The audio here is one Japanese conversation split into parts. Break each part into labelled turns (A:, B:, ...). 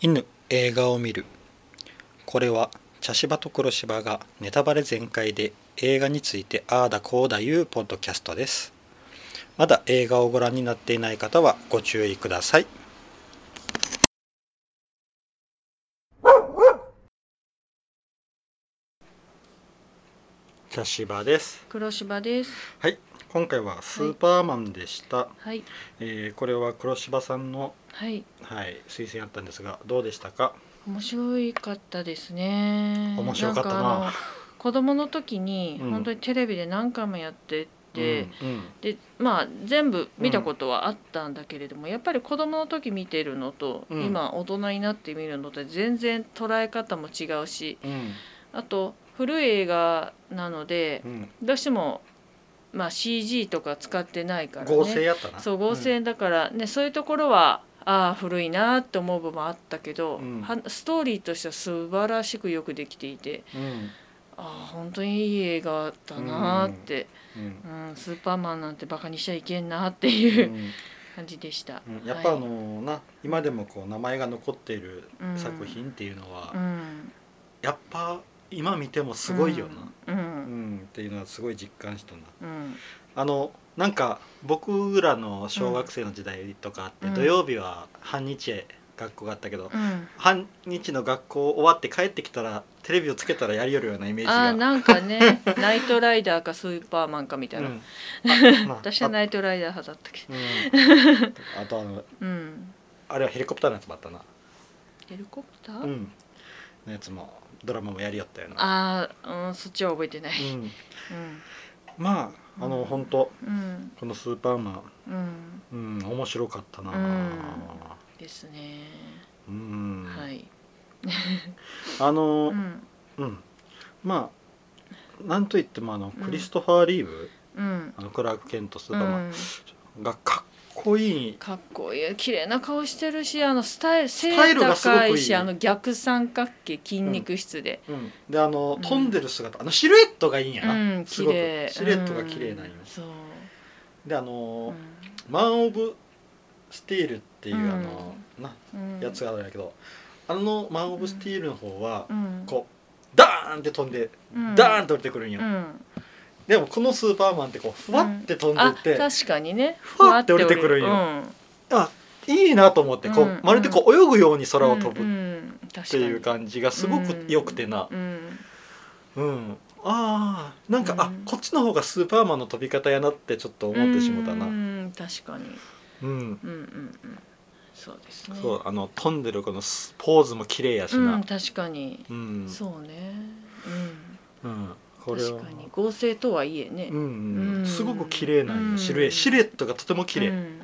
A: 犬映画を見るこれは茶芝と黒芝がネタバレ全開で映画についてああだこうだいうポッドキャストですまだ映画をご覧になっていない方はご注意ください茶芝です
B: 黒芝です。
A: はい今回はスーパーマンでした、
B: はい。
A: えーこれは黒芝さんの、
B: はい。
A: はい、推薦あったんですがどうでしたか
B: 面白かったですね。
A: 面白かったなん
B: あの子供の時に
A: うん
B: 本当にテレビで何回もやってて、
A: うんうん
B: でまあ全部見たことはあったんだけれども、やっぱり子供の時見てるのと、
A: うん
B: 今大人になって見るのと全然捉え方も違うし、
A: うん
B: あと古い映画なので
A: うん、
B: どうしてもまあ CG とか使ってないからね。
A: 合成やったな
B: そう合成だから、ねそういうところはああ古いなって思う部分もあったけど、
A: うん
B: はストーリーとしては素晴らしくよくできていて
A: うんうん
B: ああ本当にいい映画だなって、
A: うん
B: うんスーパーマンなんてバカにしちゃいけんなって
A: う
B: いう、
A: ん
B: 感じでした。
A: うんやっぱあ
B: はい
A: のな今でもこう名前が残っている
B: うん
A: 作品っていうのは、
B: うん、
A: やっぱ今見てもすごいよな、
B: うん、う
A: うん
B: ん
A: っていうのはすごい実感したな
B: うん
A: あのなんか僕らの小学生の時代とかあって、
B: うん
A: 土曜日は半日へ学校があったけど、
B: うん
A: 半日の学校終わって帰ってきたらテレビをつけたらやりよるようなイメージ
B: あ
A: が
B: あなんかね ナイトライダーかスーパーマンかみたいな、
A: うんあまあ
B: 私はナイトライダー派だったけど、
A: うんあとあの
B: うん、
A: あれはヘリコプターのやつもあったな
B: ヘリコプター、
A: うんのやつもドラマもやりよったよな
B: ああ、うん、そっちは覚えてない、
A: うん
B: うん
A: まああの本当
B: うん
A: この「スーパーマ
B: うん
A: ン」うん面白かったな
B: ですね、
A: うん、
B: はい、
A: あ
B: う
A: の
B: ん
A: うん、まあなんといってもあの
B: うん
A: クリストファー・リーブ、
B: うん
A: あのクラーク・ケントスー
B: う
A: パーマン
B: ん、
A: がかっこいい
B: かっこいい綺麗な顔してるしあのスタイル背
A: タイルがすごく
B: 高
A: いい
B: いしあの逆三角形筋肉質で、
A: うん、であの、
B: うん
A: 飛んでる姿あのシルエットがいいんや
B: う
A: な、
B: ん
A: す
B: 綺
A: ごく
B: 麗
A: シルエットが綺麗なんよ
B: うん、そう、
A: であの、
B: うん
A: マン・オブ・スティールっていう、
B: うん
A: あのな
B: うん
A: やつがあるんやけどあのマン・オブ・スティールの方は、
B: うん
A: こうダーンって飛んで、
B: うん
A: ダーンって降りてくるんよ、
B: うん、
A: でもこのスーパーマンってこうふわって飛んで
B: あ
A: って、
B: 確かにね
A: ふわって降りてくるんよ
B: うん、
A: あいいなと思ってこう、
B: うん
A: まるでこう泳ぐように空を飛
B: う
A: ぶっ
B: んうん、って
A: いう感じがすごく良くてな、
B: うん
A: うんあーなんか、あ
B: うん
A: こっちの方がスーパーマンの飛び方やなってちょっと思ってしもたな、
B: うん確かに
A: うん、
B: うんうんうんそうですね
A: そうあの飛んでるこのスポーズも綺麗やし
B: う、
A: なん
B: 確かに、
A: うん
B: そうね
A: うん、こ
B: うん
A: れは
B: 確かに合成とはいえね、
A: うん
B: う
A: うん
B: ん
A: すごく綺麗なん
B: う
A: よ
B: ん
A: シルエシルエットがとても綺
B: う
A: 麗
B: ん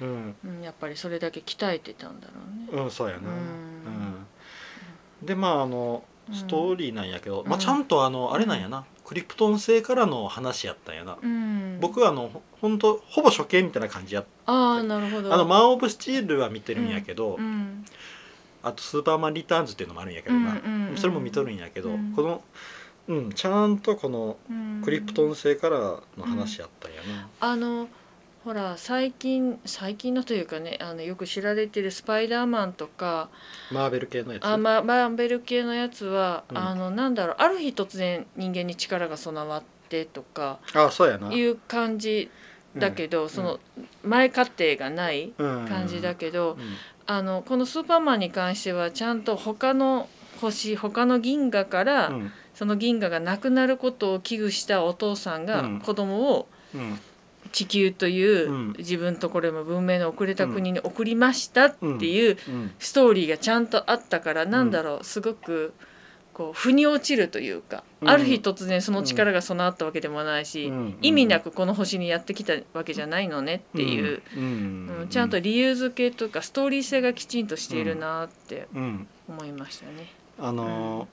A: うん、
B: うん、やっぱりそれだけ鍛えてたんだろうね
A: うん、そうやな
B: うん
A: うんでまああの
B: うん
A: ストーリーなんやけど、
B: うん
A: まあ、ちゃんとあのあれなんやなクリプトン星からの話やったんやな
B: うん
A: 僕はあのほほんとほぼ初見みたいな感じや
B: ああなるほど
A: あのマン・オブ・スチールは見てるんやけど、
B: うん
A: あと「スーパーマン・リターンズ」っていうのもあるんやけどな、
B: うんうんうん
A: それも見とるんやけど、
B: うん
A: この、うん、ちゃんとこのクリプトン
B: うん
A: 星からの話やったんやな、
B: あのほら最近最近のというかねあのよく知られてるスパイダーマンとか
A: マーベル系のやつ
B: あ、ま、マーベル系のやつは、
A: うん
B: あのなんだろうある日突然人間に力が備わってとか
A: あそうやな
B: いう感じだけど、その前過程がない感
A: 感
B: じだけど、
A: ど、う
B: あのこの「スーパーマン」に関してはちゃんと他の星他の銀河から、
A: んうん
B: その銀河がなくなることを危惧したお父さんが
A: うん
B: 子供を
A: うん
B: 地球という、
A: うん
B: 自分とこれも文明の遅れた国に送りましたっていう
A: うん
B: ストーリーがちゃんとあったから、なんだろうすごく。こう腑に落ちるというか、
A: うん
B: ある日突然その力が備わったわけでもないし、
A: うん
B: 意味なくこの星にやってきたわけじゃないのねっていう、、
A: うん
B: うんちゃんと理由付けとかストーリー性がきちんとしているなって
A: うん、
B: 思いましたね。
A: あのー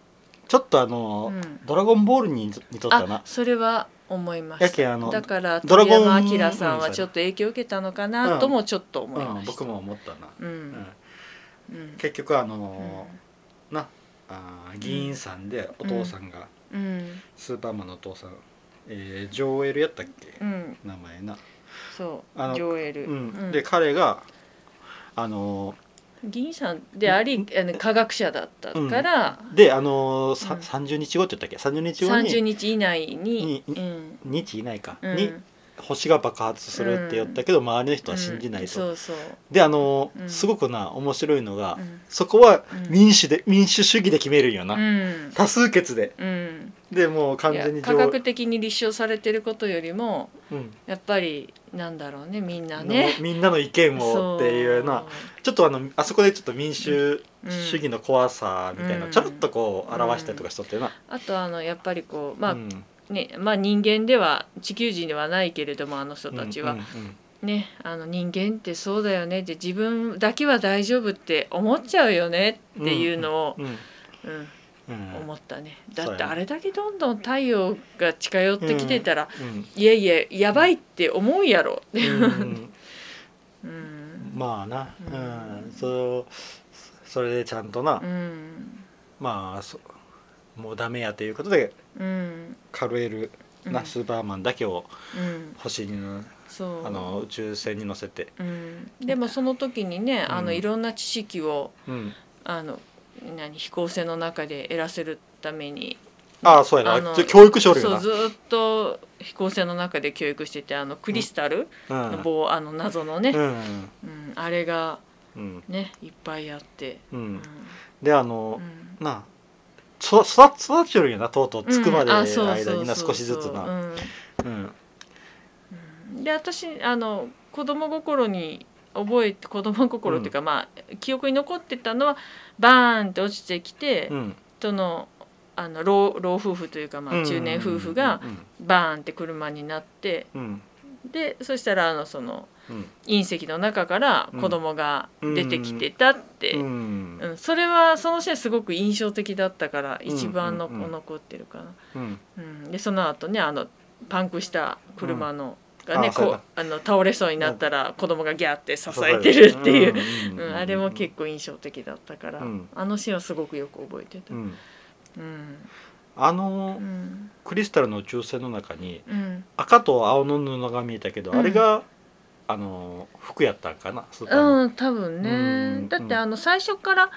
A: ちょっとあのー
B: うん
A: ドラゴンボールに似と似とったな
B: あそれは思いま
A: や
B: し
A: けんあ
B: た
A: の
B: だから
A: ドラ
B: 鳥
A: ゴン
B: 山明さん
A: う
B: は
A: ん
B: ちょっと影響を受けたのかなともちょっと思いま
A: うん、
B: した。
A: 僕も思ったな、
B: う
A: うん
B: んうん
A: 結局あ
B: うん
A: のーなあー議員さんでお父さんが、
B: うん
A: スーパーマンのお父さん、えージョーエルやったっけ、
B: うん
A: 名前な、
B: そ
A: あの
B: うジョエ
A: う
B: ル、
A: ん
B: うん
A: で彼があのー
B: 銀さんでありあの科学者だったから、
A: であのーさ
B: うん
A: 30日後って言ったっけ30日後
B: 30
A: に
B: 日以内
A: に
B: に、うん
A: 日以内か、
B: うん
A: に星が爆発するって言ったけど、周りの人は信じないと、
B: うんそうそう、
A: であのー
B: うん
A: すごくな面白いのが、
B: うん
A: そこは
B: うん
A: 民主で民主主義で決めるんよな、
B: うん
A: 多数決で
B: うん、
A: でもう完全
B: い
A: に
B: や科
A: 上
B: 学的に立証されてることよりも
A: うん
B: やっぱりなんだろうねみんなね
A: のみんなの意見
B: そ
A: をっていうなちょっとあのあそこでちょっと民主主義の怖さみたいな、
B: うん
A: ちょろっとこう表したりとかしとってな、
B: あとあのやっぱりこう
A: う
B: まあ、
A: ん
B: ねまあ人間では地球人ではないけれどもあの人たちは、
A: うんうんうん
B: ねあの人間ってそうだよねって自分だけは大丈夫って思っちゃうよねっていうのを、
A: うん
B: うん
A: うん
B: 思ったね
A: そう
B: だ
A: や
B: っ
A: ね
B: てあれだけどんどん太陽が近寄ってきてたら、
A: うん
B: いやいややばいって思うやろ、
A: うん
B: うん、
A: まあな、う
B: うん
A: んそうそれでちゃんとな、
B: うん
A: まあそもうダメやということで
B: うん
A: カルエルな、スーパーマンだけを
B: うん、
A: 星にの、
B: そう
A: あの宇宙船に乗せて、
B: うん、でもその時にねあの
A: うん
B: いろんな知識を
A: うん、
B: あの何飛行船の中で得らせるために
A: ああそうや
B: あ
A: な
B: の
A: ちょ教育書類
B: そ
A: な
B: うずーっと飛行船の中で教育しててあのクリスタル
A: うん
B: の棒、あの謎のね、
A: うん
B: うん、あれが
A: うん
B: ねいっぱいあって、
A: う
B: うんん、
A: であ
B: う
A: の、
B: ん
A: なあそ育つ育ちよるよなとうとうつくまでの
B: あそうそうそう
A: 間にな少しずつ
B: う
A: なんうん
B: うんで私あの子供心に覚えて子供心っていうか、まあ記憶に残ってたのはバーンって落ちてきて、
A: うん
B: そのあの老老夫婦というか、まあ、中年夫婦がバーンって車になって
A: うん
B: でそしたらあのその
A: うん
B: 隕石の中から子供が出てきてたって、
A: う
B: うん
A: ん
B: それはそのシーンすごく印象的だったから
A: うん
B: 一番の、
A: うんうん
B: 残ってるかな。
A: うん
B: うん、でその後ねあのパンクした車の、がね
A: あそう
B: こ
A: や
B: うあの倒れそうになったら子供がギャーって支えて
A: 支
B: るっていう、
A: う
B: うんあれも結構印象的だったから、
A: うん
B: あのシーンはすごくよく覚えてた。
A: う
B: うん
A: ん
B: うん
A: あ
B: う
A: の
B: ん
A: クリスタルの宇宙船の中に
B: うん
A: 赤と青の布が見えたけど、
B: うん
A: あれがあの服やったんかなスーパーの
B: うん、多分ね、
A: うん
B: だってあの最初から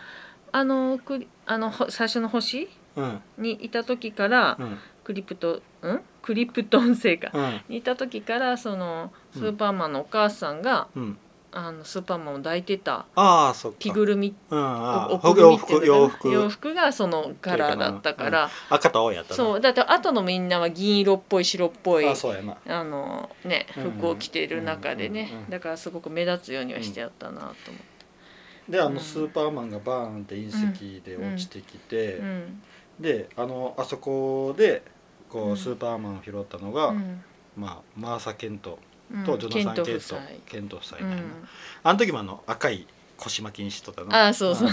B: あのクリあのほ最初の星
A: うん
B: にいた時から
A: うん
B: クリプトんクリプトン星か、
A: うん
B: にいた時からその
A: う
B: ス
A: ん
B: ーパーマンのお母さんが、
A: うん
B: あのスーパーマンを抱いてた
A: ああそっか
B: 着ぐるみっ
A: うんああ
B: お
A: ほ
B: お
A: 洋
B: く
A: 服
B: るみっていうの
A: 洋
B: かな
A: 服
B: 洋服がそのカラーだったから、
A: 赤と青やったな
B: そうだって後のみんなは銀色っぽい白っぽい
A: あ
B: あ
A: あそうやな
B: のね
A: うん
B: 服を着ている中でね、
A: うんうんうん
B: だからすごく目立つようにはしてあったなと思って、
A: であ
B: うん
A: のスーパーマンがバーンって隕石で落ちてきて、
B: うん
A: であのあそこでこう、
B: うん
A: スーパーマンを拾ったのが、
B: うん
A: まあ、マーサ・ケント
B: うん
A: とジョナサン・ケ
B: ケ
A: ント
B: ント夫妻
A: ケント夫妻
B: う
A: だよなんあの時もあの赤い腰巻きにしとったな
B: ああそうそう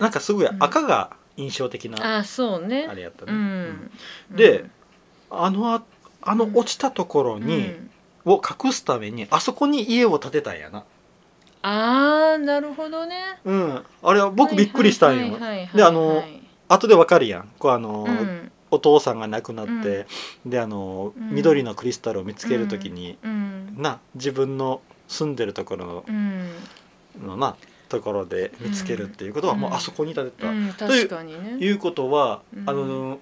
A: なんかすごい
B: うん
A: 赤が印象的な、
B: ああそうね
A: あれやったね、
B: う
A: うん
B: ん、
A: であのああの落ちたところ
B: う
A: に、
B: ん
A: を隠すためにあそこに家を建てたんやな
B: ああなるほどね
A: うんあれは僕びっくりしたんよ、
B: はいはいはいはい
A: であの後でわかるやんこうあの、
B: うん
A: お父さんが亡くなって、であの
B: うん
A: 緑のクリスタルを見つけるときに、
B: うん
A: な自分の住んでるところ
B: うん、
A: ののなところで見つけるっていうことは、
B: うん
A: もうあそこに建てた、
B: うん、確かにね。
A: いうことは、
B: うん
A: あの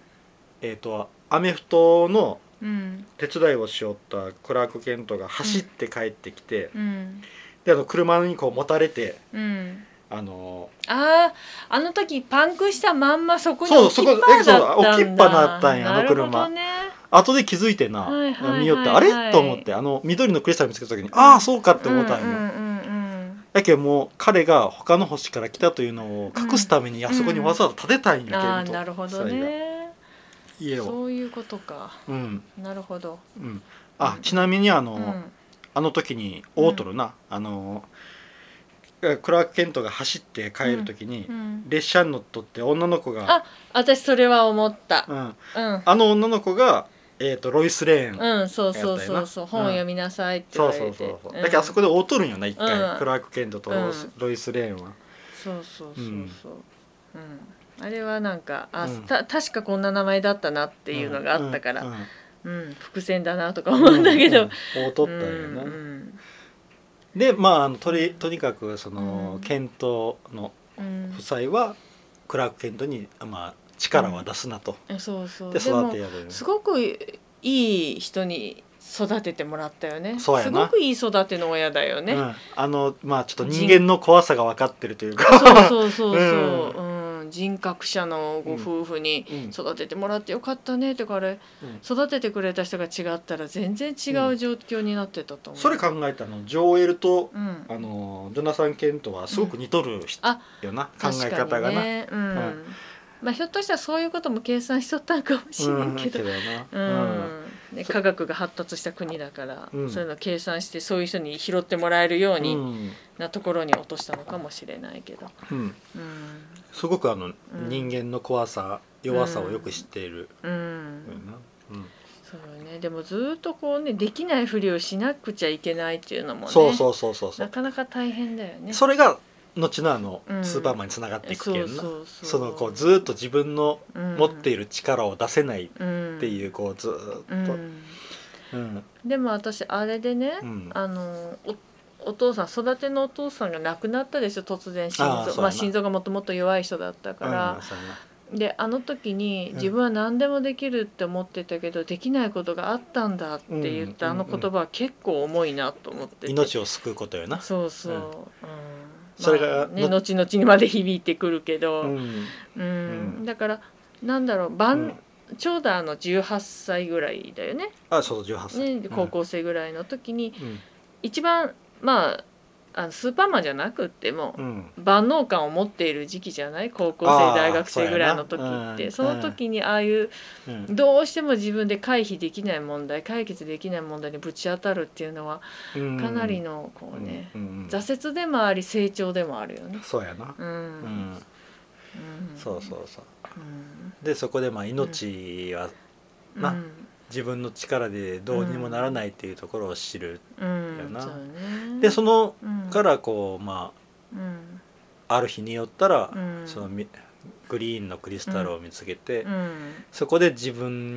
A: えっ、とアメフトの
B: うん
A: 手伝いをしよったクラーク・ケントが走って帰ってきて、
B: うん
A: であの車にこう持たれて
B: うん、
A: あの
B: あああの時パンクしたまんまそこに
A: そう
B: 置き
A: そ
B: っ
A: こ
B: ぱだったんだ
A: そう置きっぱだったんやあの車
B: なるほどね
A: 後で気づいてな、
B: はいはいはい
A: 見よってあ
B: はい
A: れと思ってあの緑のクリスタル見つけた時にああそうかって思ったんよ、
B: うんうんうん
A: やけんもう彼が他の星から来たというのを隠すためにあそこにわざわざ建てたいん
B: うん、
A: やけ
B: ああ
A: んと
B: なるほどね
A: 家を
B: そういうことか
A: うん
B: なるほど、
A: うんあちなみにあの、
B: うん
A: あの時にオートルな、あのえクラーク・ケントが走って帰る時に
B: うん、
A: 列車に乗っとって女の子が、
B: 私それは思った
A: うん、
B: うん
A: あの女の子が、えー、とロイス・レーン、
B: うんそうそうそうそう
A: やったよな
B: 本読みなさいって言
A: そ
B: わ
A: う
B: れ
A: そ
B: て
A: うそうそう、
B: ん
A: だけどあそこでオートるんよな一回、
B: うん
A: クラーク・ケントとロイス,、
B: うん
A: レーンは、
B: そうそうそうそううんうん、あれはなんかあ、
A: うん
B: た確かこんな名前だったなっていうのがあったから、
A: う
B: うん
A: ん
B: 伏線だなとか思うんだけど、
A: うんうん、オートったんよな、
B: うんうん
A: でまああのとりとにかくその、
B: うん
A: ケントの
B: うん
A: 夫妻はクラーク・ケントに、まあ、力は出すなと、
B: そうそう
A: で
B: で
A: 育
B: も
A: てやる
B: すごくいい人に育ててもらったよね
A: そうやな
B: すごくいい育ての親だよね、
A: うん、あのまあちょっと人間の怖さが分かってるというか
B: そうそうそうそう、
A: う
B: うん人格者のご夫婦に
A: うん
B: 育ててもらってよかったねとかあれ
A: うん
B: 育ててくれた人が違ったら全然違う状況になってたと思う、
A: それ考えたのジョーエルと
B: うん、
A: あのジョナサン・ケントはすごく似とる人
B: あ
A: よな、考
B: 確
A: え
B: かに
A: 方がな。
B: ねうん
A: うん
B: まあ、ひょっとしたらそういうことも計算しとったんかもしれ
A: うんん
B: けど、
A: だよ
B: う
A: な、
B: んね、科学が発達した国だから、
A: うん
B: そういうのを計算してそういう人に拾ってもらえるよう
A: うん
B: に、
A: うん
B: なところに落としたのかもしれないけど、
A: うん
B: うん
A: すごくあの、
B: ん
A: 人間の怖さ弱さをよく知っている
B: うん
A: よな、うん
B: そうよねでもずっとこうねできないふりをしなくちゃいけないっていうのもね
A: そうそうそうそうそう
B: なかなか大変だよね。
A: それが後のあの、
B: うん
A: スーパーマンにつながっていくけんなそうのこうずっと自分の持ってい
B: る
A: る力を出せないっ
B: ってう
A: いうこうずーっ
B: ん、う
A: と、
B: ん
A: うん
B: でも私あれでね、
A: うん
B: あのおお父さん育てのお父さんが亡くなったでしょ突然心
A: あーそうや
B: 臓
A: な
B: まあ、心臓がもともと弱い人だったか
A: うん
B: ら、
A: そうやな
B: であの時に
A: うん
B: 自分は何でもできるって思ってたけど、できないことがあったんだって言った、
A: うん
B: あの言葉は結構重いなと思ってて
A: 命を救うことよな、
B: そうそう、
A: う
B: うんん
A: それが
B: まあね、
A: の
B: 後々にまで響いてくるけど、
A: うんう
B: うん
A: ん
B: だからなんだろう晩、
A: うん
B: ちょうどあの18歳ぐらいだよね
A: あそうそう18歳、
B: ねで高校生ぐらいの時に、
A: うん
B: 一番まああのスーパーマンじゃなくっても
A: う、ん
B: 万能感を持っている時期じゃない高校
A: あー
B: 生大学生ぐらいの時って
A: そ
B: そ,、
A: うやなうん
B: の時にああいう
A: うん
B: どうしても自分で回避できない問題解決できない問題にぶち当たるっていうのは
A: うん
B: かなりのこうね、
A: うんうんうん
B: 挫折でもあり成長でもあるよね。
A: そうやな、
B: う
A: うんん
B: ん
A: そうそうそう
B: うん
A: でそこでまあ命はな
B: うん
A: 自分の力でどうにもならないっていうところを知る、
B: うん
A: だよな
B: そうね
A: でその
B: うん
A: からこうま
B: うん
A: あある日によったら、
B: うん
A: そのみグリーンのクリスタルを見つけて、
B: うん
A: そこで自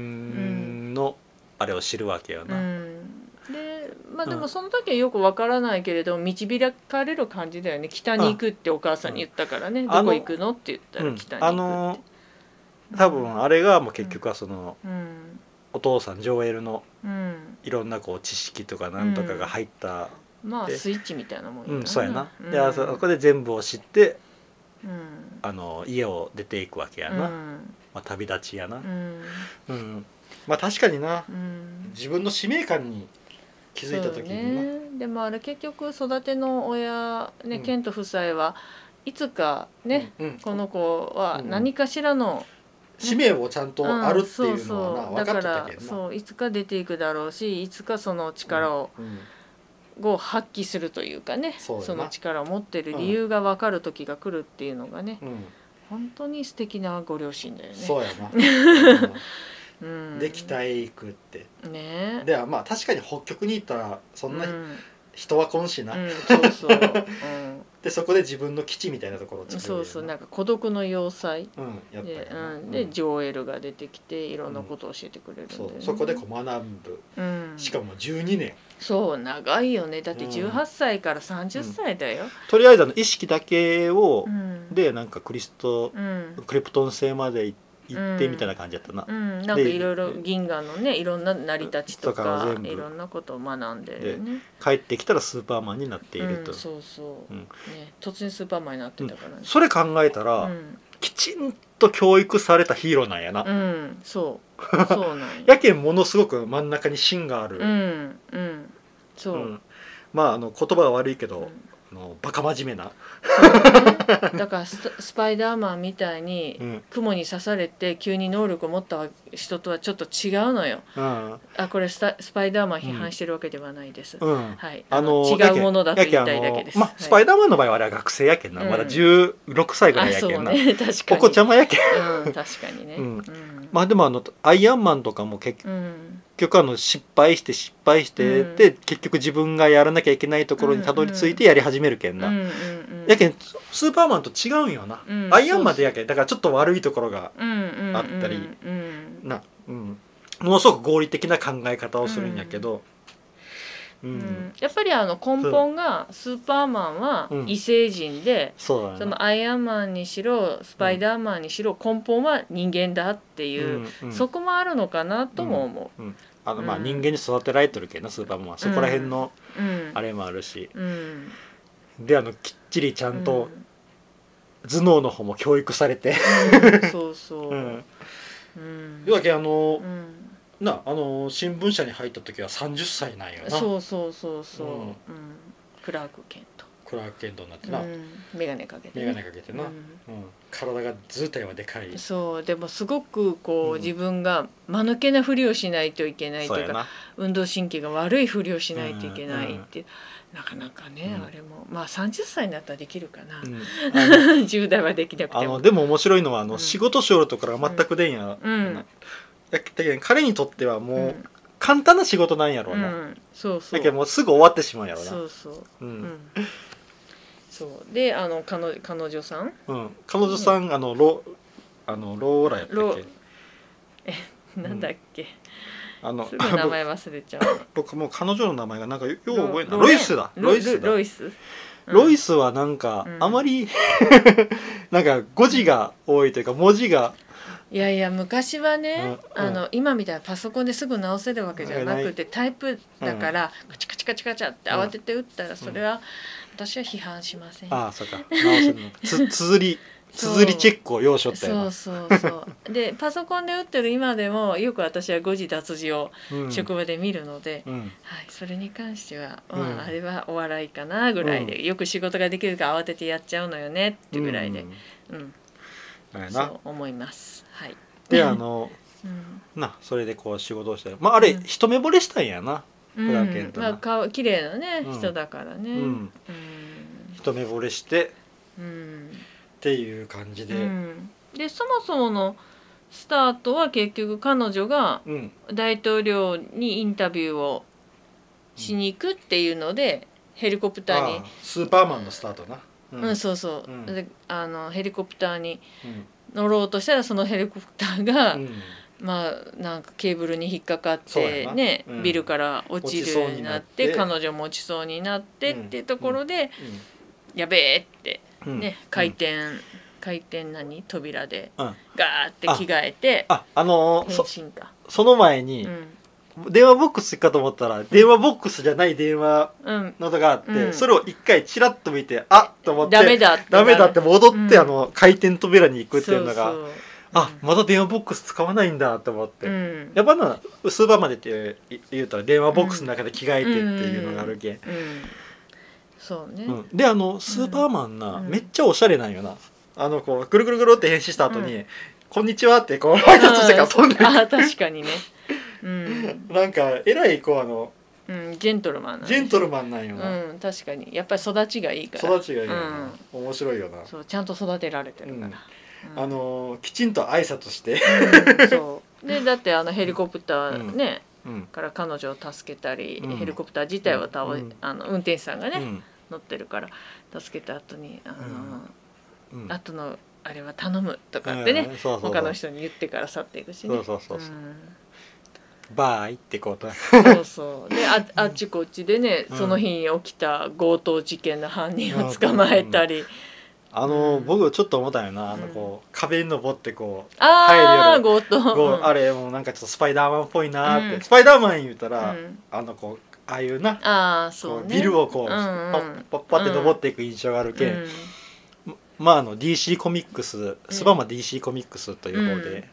A: 分のあれを知るわけよ
B: う
A: な、
B: んでまあ
A: うん
B: でもその時はよくわからないけれど導かれる感じだよね北に行くってお母さんに言ったからね
A: ん
B: ど
A: あの
B: こ行くのって言った
A: う
B: ら
A: ん
B: 北に
A: あ
B: 行く
A: の
B: って
A: 多分あれがもう結局はその、
B: うん
A: お父さんジョエルの
B: うん
A: いろんなこう知識とかなんとかが入った、
B: まあ
A: で
B: スイッチみたいなもん
A: うんそうやな、で
B: あ
A: あそこで全部を知って
B: うん
A: あの家を出ていくわけやな、
B: うん
A: まあ、旅立ちやな
B: う、ん
A: うんまあ確かにな
B: うん
A: 自分の使命感に気づいた時にな、
B: そうね、でもあれ結局育ての親、ね
A: うん
B: ケント夫妻はいつかね、
A: うん、
B: この子は
A: うん
B: 何かしらの、
A: 使命をちゃんと
B: うん
A: あるっていうのはな、
B: そうそ
A: 分
B: う
A: かって
B: だ
A: た
B: か
A: け
B: ら
A: どな
B: そういつか出ていくだろうしいつかその力を,、
A: うん、
B: を発揮するというかね
A: そうやな
B: の力を持ってる理由が分かる時が来るっていうのがね、
A: うん
B: 本当に素敵なご両親だよね。
A: そうや な、
B: う
A: うん
B: ん、
A: で北へ行くって
B: ね
A: ではまあ確かに北極に行ったらそんな
B: うん
A: 人は来んしな、
B: うんそう そう、うん、
A: でそこで自分の基地みたいなところを作れるよ
B: そうそうなんか孤独の要塞
A: うん、やった
B: で
A: よな
B: うん、でジョエルが出てきていろんなことを教えてくれるんだ
A: そ
B: よね
A: うそこでこう学ぶ
B: うん、
A: しかも12年
B: そう長いよねだって
A: うん
B: 18歳から30歳だよ、
A: とりあえずあの意識だけを
B: う、ん、
A: でなんかクリスト
B: うん、
A: クリプトン星までい行って
B: うん
A: みたいな感じやったな
B: う、ん、なんかいろいろ銀河のねいろんな成り立ちと
A: とかを
B: か
A: 全部
B: いろんなことを学んでるよね
A: 帰ってきたらスーパーマンになっていると、
B: うん、そうそう、
A: うん
B: ね突然スーパーマンになってたからね、
A: それ考えた
B: う
A: ら、
B: ん
A: きちんと教育されたヒーローなんやな、
B: うん、そうそうなんや
A: やけんものすごく真ん中に芯がある、
B: うんうんそう、
A: うんまああの言葉は悪いけ
B: う
A: ど、
B: ん
A: あのバカ真面目な、
B: だからス トスパイダーマンみたいに
A: うん
B: 雲に刺されて急に能力を持った人とはちょっと違うのよ
A: うん
B: あこれスタスパイダーマン批判してるわけではないです、
A: うん
B: はい
A: あのや
B: 違
A: け
B: うんものだと
A: や
B: 言い
A: けんあ
B: たいだけ
A: の
B: です
A: まあスパイダーマンの場合はあれは学生やけんな、
B: うん
A: まだ16歳ぐらいや
B: あそ
A: けん
B: う
A: な、
B: ね 確か
A: お
B: に
A: 子ちゃまやけん
B: うん確かにね、
A: う
B: うんん
A: まあでもあのアイアンマンとかも結
B: うん
A: 局あの失敗して失敗して、
B: うん
A: で結局自分がやらなきゃいけないところにたどり着いてやり始めるけんな、
B: うんうんうん
A: やけんスーパーマンと違うんよな、
B: うん
A: アイアンマンでやけんだからちょっと悪いところが
B: うんうんうん
A: あったり
B: うん
A: な、うん、ものすごく合理的な考え方をするんやけど、うん、
B: うんやっぱりあの根本がスーパーマンは
A: うん
B: 異星人で、
A: そうだね
B: そのアイアンマンにしろスパイダーマンにしろ根本は人間だっていう、
A: うんうん
B: そこもあるのかなとも思
A: あのまあ
B: うん
A: 人間に育てられてるけどなスーパーマンはそこら辺の
B: う。うん、
A: あれもあるし、
B: うん、
A: であのきっちりちゃん
B: う
A: と
B: ん
A: 頭脳の方も教育されて、
B: うんそうそう。
A: うん、
B: うん
A: 要はけあの
B: う、ん
A: なあの新聞社に入った時は30歳なんよな
B: そうそうそうそう。
A: う
B: うんん、クラークケント。
A: クラーク・ケントになってな、
B: うん、メガネかけて、
A: 眼鏡かけてな、うん
B: う
A: 体が図体はでかい
B: んそうでもすごくこう、
A: うん
B: 自分が間抜けなふりをしないといけないというか
A: な
B: 運動神経が悪いふりをしないといけないって、なかなかね、
A: うん
B: あれもまあ30歳になったらできるかな、
A: うんあの
B: 10代はできなく
A: あ
B: て
A: の
B: も。
A: でも面白いのはあの、
B: うん
A: 仕事しよるとから全く出んや、だ
B: うん
A: けど彼にとってはもう、
B: うん
A: 簡単な仕事なんやろう
B: う
A: な、
B: ん、そうそう
A: だけどもうすぐ終わってしまうんやろうな
B: そうそう、
A: う、
B: うんん、そうであの彼女彼女さん
A: うん、彼女さん、あのロあのローラやったっ
B: ロ
A: け
B: なんだっけ、
A: あの
B: すぐ名前忘れちゃう
A: あ 僕僕もう彼女の名前がなんかよう
B: ロ
A: 覚えない
B: ロ
A: ロイスだロイスだ
B: ロイス、うん
A: ロイスはなんか、
B: うん
A: あまり なんか語字が多いというか文字が
B: いやいや昔はね、
A: うん
B: あの今みたいなパソコンですぐ直せるわけじゃなくてタイプだから、カチカチカチカチャって慌てて打ったらそれは、私は批判しません。
A: ああそうか直せるのつ 綴り
B: そう
A: 綴りチェックを要所ったよ
B: そう
A: な
B: そ うそうでパソコンで打ってる今でもよく私は誤字脱字を
A: うん
B: 職場で見るので、
A: うん
B: はい、それに関しては、
A: うん
B: まあ、あれはお笑いかなぐらいで、よく仕事ができるから慌ててやっちゃうのよねってぐらいで
A: うん、
B: うん
A: あれ
B: そ
A: な
B: う思います。はい
A: であの
B: うん
A: なそれでこう仕事をしてるまああれ、
B: うん
A: 一目惚れしたんやな
B: う
A: ラケン
B: ん
A: トな
B: まあ顔綺麗なね、
A: うん
B: 人だからね。
A: う、
B: うんん。
A: 一目惚れして
B: うん。
A: っていう感じ
B: で、
A: で
B: でそもそものスタートは結局彼女が
A: うん
B: 大統領にインタビューをしに行くっていうので、ヘリコプター
A: あ
B: に
A: あ、スーパーマンのスタートなうん
B: うん、そうそ
A: う
B: う、
A: ん
B: であのヘリコプターに
A: うん
B: 乗ろうとしたらそのヘリコプターが、
A: うん
B: まあなんかケーブルに引っかかっ
A: そうやな
B: てね、
A: うん
B: ビルから落ちるようになって
A: 落ちそうになって
B: 彼女も落ちそうになってっ
A: うん
B: ていうところで、やべえって
A: うん
B: ね、回転、回転何扉で
A: うん
B: ガーって着替えて
A: ああのー
B: 変
A: そ
B: 身か、
A: その前に
B: う、ん
A: 電話ボックスかと思ったら電話ボックスじゃない電話
B: うん、
A: のとがあって、
B: うん
A: それを一回チラッと見てあっと思って
B: ダメだって
A: ダメだって戻って、
B: うん
A: あの回転扉に行くっていうのが
B: そうそう
A: あまた電話ボックス使わないんだと思って、
B: うん
A: やっぱなスーパーまでって言言うたら電話ボックスの中で着替えてっていうのがあるけん、
B: うんそうね、
A: うんであのスーパーマンな、
B: うん
A: めっちゃおしゃれなんよなあのこうぐるぐるぐるって変身した後に「こんにちは」ってこう挨拶してから飛んでいく
B: あ確かにね、うん
A: なんかえらいこうあの
B: うん、ジェントルマンなんで
A: ジ
B: す
A: ェントルマンなんよな、
B: うん確かにやっぱり育ちがいいから
A: 育ちがいいよな、面白いよな、
B: そうちゃんと育てられてるから、うん
A: あのーきちんと挨拶して、
B: うんそうでだってあのヘリコプターね、から彼女を助けたり、
A: うん
B: ヘリコプター自体は倒、
A: うん
B: あの運転手さんがね、
A: うん
B: 乗ってるから助けた後にあの
A: うん
B: ー、後のあれは頼むとかってね、
A: うんそうそうそう
B: 他の人に言ってから去っていくしね
A: そうそうそうそう
B: うん
A: バーイってこと
B: そうそうでああっちこっちでね、
A: うん
B: その日に起きた強盗事件の犯人を捕まえたり、
A: あのー
B: うん
A: 僕ちょっと思ったよなあのこう壁に登ってこう
B: ああ
A: 入る
B: 強盗
A: こうあ
B: れ
A: れもうなんかちょっとスパイダーマンっぽいなーって、
B: うん
A: スパイダーマン言うたら、
B: うん
A: あのこうああいうな
B: ああそう
A: こう
B: ね
A: ビルをこう、
B: ん
A: パ
B: ん
A: ッパッパって登っていく印象があるけ、
B: うん
A: まああの DC コミックススパマ DC コミックスという方で、
B: うん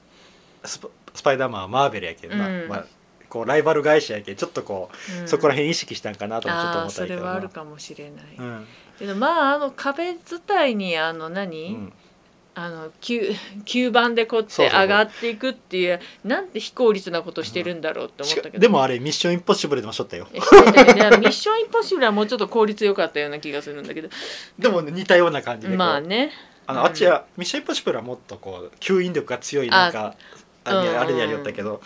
A: スパスパイダーマンはマーベルやけどな、
B: うん
A: まあ、こうライバル会社やけどちょっとこう、
B: うん
A: そこら辺意識したんかなともちょっと
B: あ
A: 思
B: あ
A: った
B: そ
A: りけ
B: れ
A: ど
B: は
A: な
B: あるかもしれない、
A: うん
B: けどまああの壁伝いにあの
A: う
B: 何、
A: ん
B: あの吸吸盤でこうやっ
A: そう
B: て
A: そう
B: 上がっていくっていうなんて非効率なことしてるんだろうって思っ
A: した
B: けど、
A: でもあれミッションインポッシブルでもしょったよ
B: えしてたよねだからミッションインポッシブルはもうちょっと効率良かったような気がするんだけど
A: でも似たよう な感じでこう
B: ま あね
A: あのあっちは、ミッションインポッシブルはもっとこう吸引力が強いなんかあ
B: あうんうん
A: あれでやりよったけど、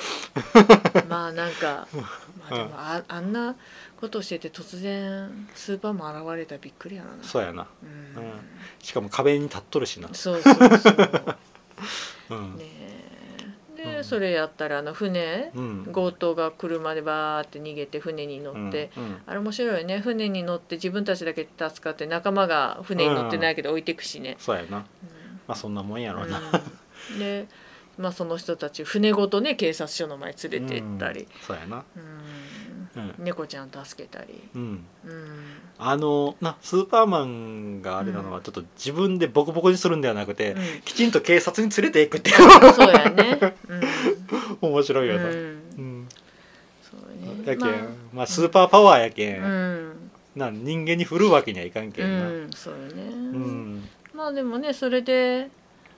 B: まあなんか、まあ、で
A: う
B: も
A: ん
B: ああんなことしてて突然スーパーマン現れたらびっくりやろな
A: そうやな
B: う
A: うんん、 しかも壁に立っとるしな、
B: そうそうそう
A: うん
B: ねえで、
A: うん
B: それやったらあの船
A: うん
B: 強盗が車でバーって逃げて船に乗って、
A: うんうん
B: あれ面白いよね船に乗って自分たちだけ助かって仲間が船に乗ってないけど置いてくしね、
A: そうやなま
B: うん
A: あそんなもんやろな、
B: うんで、まあ、その人たち船ごとね警察署の前連れて行った
A: うん
B: り、
A: そうやな
B: うん
A: うん、
B: 猫ちゃん助けたり、
A: うん、
B: うん、
A: あのなスーパーマンがあれなのはちょっと自分でボコボコにするんではなくて、
B: う
A: きちんと警察に連れていくっていう
B: ん、そうやね、うん、
A: 面白いよな、
B: う
A: うん
B: ん、そう
A: やけ
B: ね、
A: ん、
B: ま
A: まあ、スーパーパワーやけん、
B: あ、うん、
A: な人間に振るわけにはいかんけ
B: うん
A: な、
B: ん、そうよね、
A: うん
B: まあでもねそれで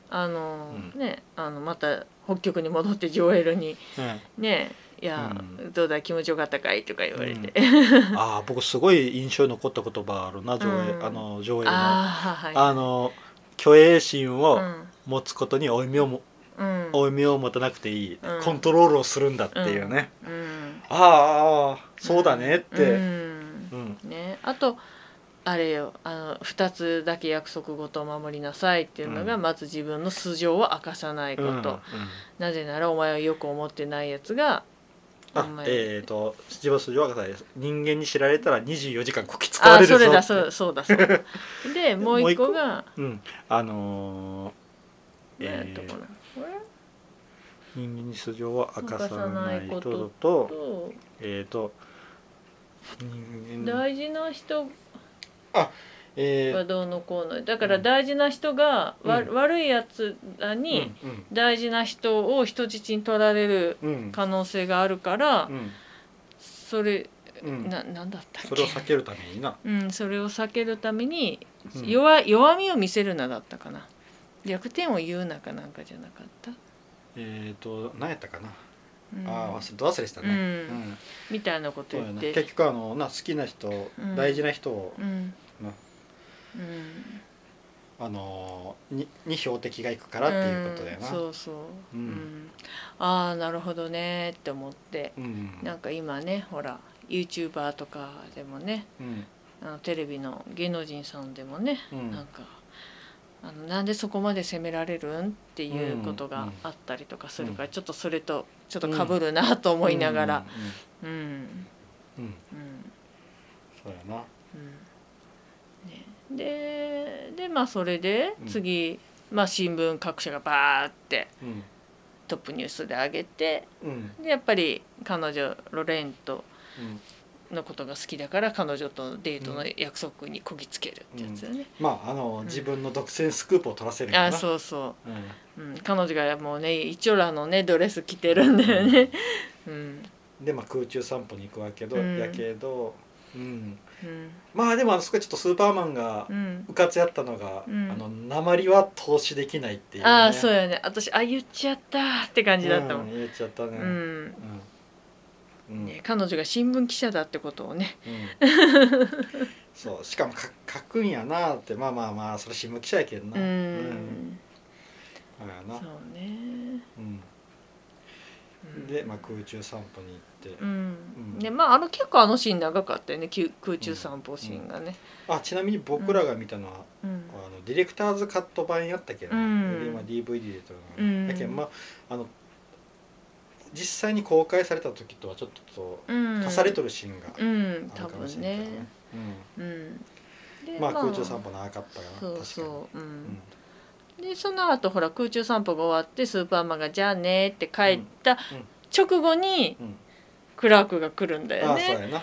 B: あの、
A: うん
B: ねあのまた北極に戻ってジョエルに
A: うん
B: ねいや、
A: うん
B: どうだ気持ちよかったかいとか言われて、
A: ああ僕すごい印象に残った言葉あるな上映、
B: うん
A: あの上映のあ
B: ああはい
A: の虚栄心
B: う
A: を
B: ん
A: 持つことに負い目をも
B: うん
A: 負い目を持たなくていい、
B: うん
A: コントロールをするんだっていうね、
B: うん
A: ああああそうだねって、
B: う
A: うんうん
B: んねあとあれよあの2つだけ約束事を守りなさいっていうのが、
A: うん
B: まず自分の素性を明かさないこと、
A: うん
B: なぜならお前をよく思ってないやつがお
A: あ
B: 前
A: えっ、ー、と七番筋若さんです人間に知られたら24時間こき使われ
B: あ
A: るぞ
B: それだ
A: って
B: そうそうだそ うだでもう一個が
A: うんあのー
B: 何やった
A: え
B: かな、これ
A: 人間に素性を明かさないこと
B: 明かさないこと
A: とと
B: と
A: えっ、ー、と人間に
B: 大事な人
A: え
B: は
A: ー
B: どうのこうのだから大事な人が、わ
A: うん
B: 悪いやつらに
A: うんうん
B: 大事な人を人質に取られる
A: うん
B: 可能性があるから、
A: うん
B: それ
A: うん、
B: ななんだったっけ
A: それを避けるためにな、
B: うん、それを避けるために、
A: うん
B: 弱弱みを見せるなだったかな弱点を言うなかなんかじゃなかった、
A: えっ、ー、と何やったかな、
B: うん
A: ああ忘れど忘れしたね、
B: うん
A: うん
B: みたいなこと
A: そうや
B: 言っ
A: な
B: て
A: 結局あのな好きな人、
B: ん
A: 大事な人を、
B: うん
A: な
B: うん
A: あのーにに標的がいくからっていうことだよな、
B: うん
A: う
B: そうそ
A: う
B: う、
A: ん
B: ああなるほどねって思って
A: ん
B: なんか今ねほら YouTuber とかでもね
A: うん
B: あのテレビの芸能人さんでもね、
A: うん
B: なんかあのなんでそこまで責められるんっていうこと
A: うんう
B: が
A: ん
B: あったりとかするから、
A: うん
B: ちょっとそれとちょっとかぶるなと思いながら、うんうん
A: うん、うんうんそうやな
B: うんね、ででまあそれで
A: うん
B: 次、まあ、新聞各社がバーって
A: うん
B: トップニュースで上げて
A: うん
B: でやっぱり彼女ロレンと
A: うん
B: のことが好きだから彼女とのデートの約束にこぎつけるってやつだね、
A: まああのー、
B: うん
A: 自分の独占スクープを取らせるんやな、
B: あそうそう
A: ん、
B: う、うん、彼女がもうね一応らのねドレス着てるんだよねうん、
A: でまあ空中散歩に行くわけど、
B: うん
A: やけど、うん、
B: うん
A: まあでもあそこはちょっとスーパーマンが
B: うん
A: うかつやったのが、
B: うん
A: あの鉛は投資できないっていう、ね、
B: ああそう
A: う
B: やね私あ言っちゃったって感じだったもん、うん
A: ん言っちゃったねうん、うん
B: ね、彼女が新聞記者だってことをね、
A: うんそうしかもか書くんやなってまあまあまあそれ新聞記者やけどな
B: うん、
A: うん、あや
B: そう
A: な、
B: ね、
A: う、
B: うんん
A: で、まあ、空中散歩に行って、
B: うん
A: うん
B: ねまああの結構あのシーン長かったよねきゅ空中散歩シーンがね、
A: あちなみに僕らが見たのは、
B: うん
A: あのディレクターズカット版やったけど、
B: うん
A: で今 DVD で撮る
B: う
A: の、
B: ん
A: やけんまああの実際に公開された時とはちょっと
B: うん、
A: 足されとるシーンが
B: う
A: あ
B: ん
A: る
B: 多
A: かもし
B: 分
A: れないけど
B: ね、うん、
A: う
B: で
A: ん、まあ空中散歩長かったかな
B: そ
A: 確
B: う
A: か
B: そう、う
A: に
B: ん、でその後ほら空中散歩が終わってスーパーマンが「じゃあね」って帰った直後に
A: うん、うん
B: クラークが来るんだ
A: あ
B: よ
A: あそう
B: ね、
A: やな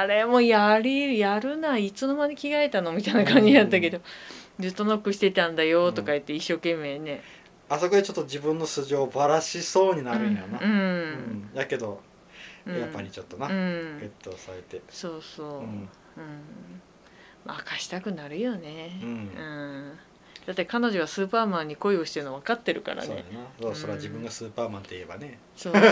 B: あれもやりやるないつの間に着替えたのみたいな感じやったけど、ずっとノックしてたんだよとか言って一生懸命ね、
A: あそこでちょっと自分の素性をばらしそうになるんやな、
B: うん
A: うんやけど、
B: うん
A: やっぱりちょっと
B: う
A: な、
B: ん、
A: ペットをされて
B: そうそう、う
A: うんん
B: まあ明かしたくなるよね、
A: うん
B: うんだって彼女はスーパーマンに恋をしてるの分かってるから
A: そうや
B: ね
A: なそうそれは自分がスーパーマンって言えばね、
B: そうそう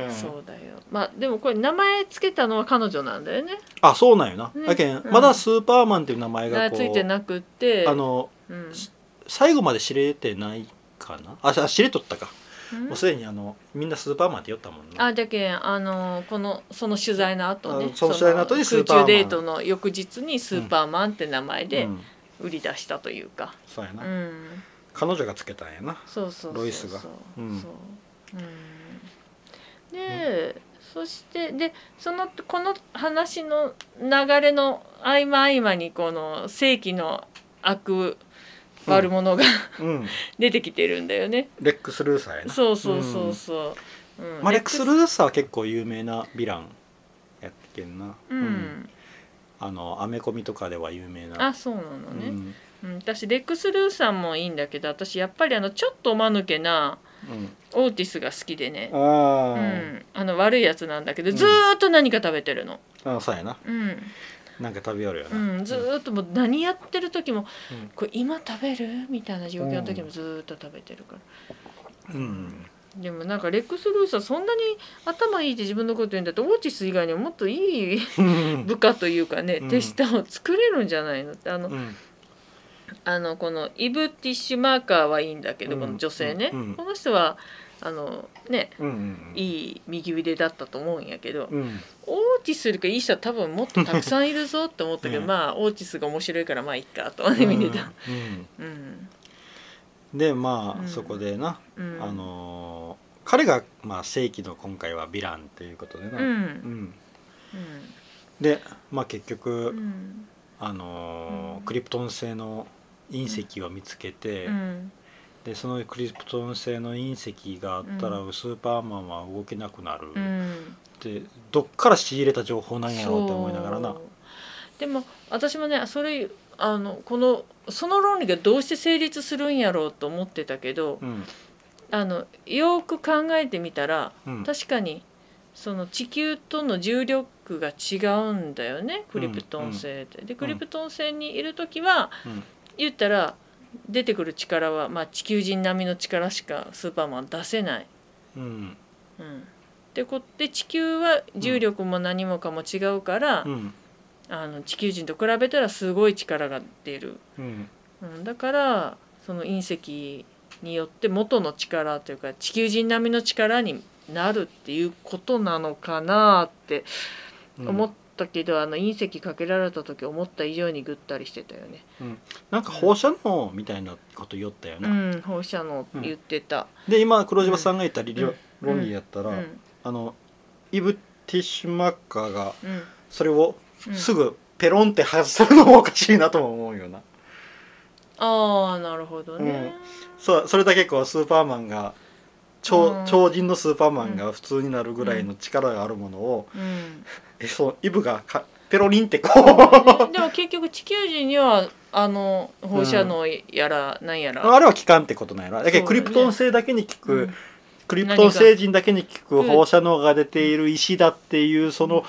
A: うん
B: そうだよまあでもこれ名前つけたのは彼女なんだよね
A: あそうなんよな、
B: ね
A: だけん、
B: うん
A: まだスーパーマンっていう名前
B: 名
A: が
B: 前
A: こう
B: ついてなくって
A: あの
B: うん
A: 最後まで知れてないかなああ知れとったか、
B: うん
A: もうすでにあのみんなスーパーマンって言ったもんな
B: あじゃけんあのこのその取材の後
A: あ
B: ね
A: のその取材の後に
B: その
A: スーパーマ
B: 空中
A: ン
B: デートの翌日にスーパーマンって名前で
A: うん、
B: 売り出したというか
A: そうや
B: う
A: な、
B: ん、
A: 彼彼女がつけたんやな
B: そうそうそうそう
A: ロイスがうん
B: そううん、で、そしてでそのこの話の流れの合間合間にこの世紀の悪悪者が、
A: うん
B: 出てきてるんだよね。
A: レックス・ルーサーやな
B: そうそうそうそう。うん
A: まあ、レックス・ルーサーは結構有名なヴィランやっけんな、
B: うん、
A: あのアメコミとかでは有名な
B: あそうなの
A: う
B: ね、
A: ん
B: うん私レックス・ルーさんもいいんだけど私やっぱりあのちょっとおまぬけな
A: うん
B: オーティスが好きでね、う
A: あー、
B: ん、あの悪いやつなんだけど
A: うん
B: ずーっと何か食べてるの、
A: あそうやな
B: うん
A: なんか食べよるよな、
B: うん、ずーっともう何やってる時も
A: うん
B: 「これ今食べる?」みたいな状況の時もずーっと食べてるから。
A: う ん
B: でもなんかレックス・ルーサーそんなに頭いいって自分のこと言うんだってオーティス以外にももっとい い部下というかね、
A: うん
B: 手下を作れるんじゃないのってあの,、
A: うん
B: あのこのイブ・ティッシュマーカーはいいんだけど、
A: うん
B: この女性ね、
A: うん
B: この人はあのね
A: うんうん
B: いい右腕だったと思うんやけど、
A: うん
B: オーティスよりかいい人は多分もっとたくさんいるぞって思ったけど、
A: うん
B: まあオーティスが面白いからまあいっかと思って見てた。
A: うん
B: うん
A: うんでまあ、
B: うん
A: そこでな、
B: うん
A: あのー彼が、まあ、正規の今回はヴィランということでな、
B: うんう
A: うんんで、まあ、結局、
B: うん
A: あのー
B: うん
A: クリプトン製の隕石を見つけて、
B: うん
A: でそのクリプトン製の隕石があったら、
B: う
A: スーパーマンは動けなくなる、
B: うん
A: ってどっから仕入れた情報なんやろうって思いながらな
B: そうでも私もねそれあのこのその論理がどうして成立するんやろうと思ってたけど
A: うん
B: あのよーく考えてみたら
A: うん
B: 確かにその地球との重力が違うんだよねクリプトン星って。でクリプトン星にいる時は
A: うん
B: 言ったら出てくる力は、まあ、地球人並みの力しかスーパーマン出せない。
A: うん
B: うん、でこで地球は重力も何もかも違うから、
A: うん
B: あの地球人と比べたらすごい力が出る、
A: うん
B: うん、だからその隕石によって元の力というか地球人並みの力になるっていうことなのかなって
A: うん
B: 思ったけど、あの隕石かけられた時思った以上にぐったりしてたよね。
A: なんか放射能みたいなこと言ったよ
B: う
A: な、
B: ん、放射能って言ってた。
A: で今黒島さんが言った理論
B: うん
A: 論理やった
B: う
A: ら、
B: ん、
A: あのイブ・ティッシュマッカーが
B: うん、
A: それを
B: うん
A: す。ぐペロンって外すのもおかしいなとも思うよな、
B: ああ、なるほどね。
A: そうそれだけこうスーパーマンが
B: う
A: 超
B: ん
A: 超人のスーパーマンが普通になるぐらいの力があるものを、
B: うん。
A: えそうイブがかペロリンってこ
B: ね
A: う
B: でも結局地球人にはあの放射能やらなんやら、
A: あれは効かんってことなんやなだけど
B: そ
A: ク
B: うだね
A: リプトン製だけに効く、
B: うん
A: クリプトン星人だけに聞く
B: 何が
A: 放射能が出ている石だっていうその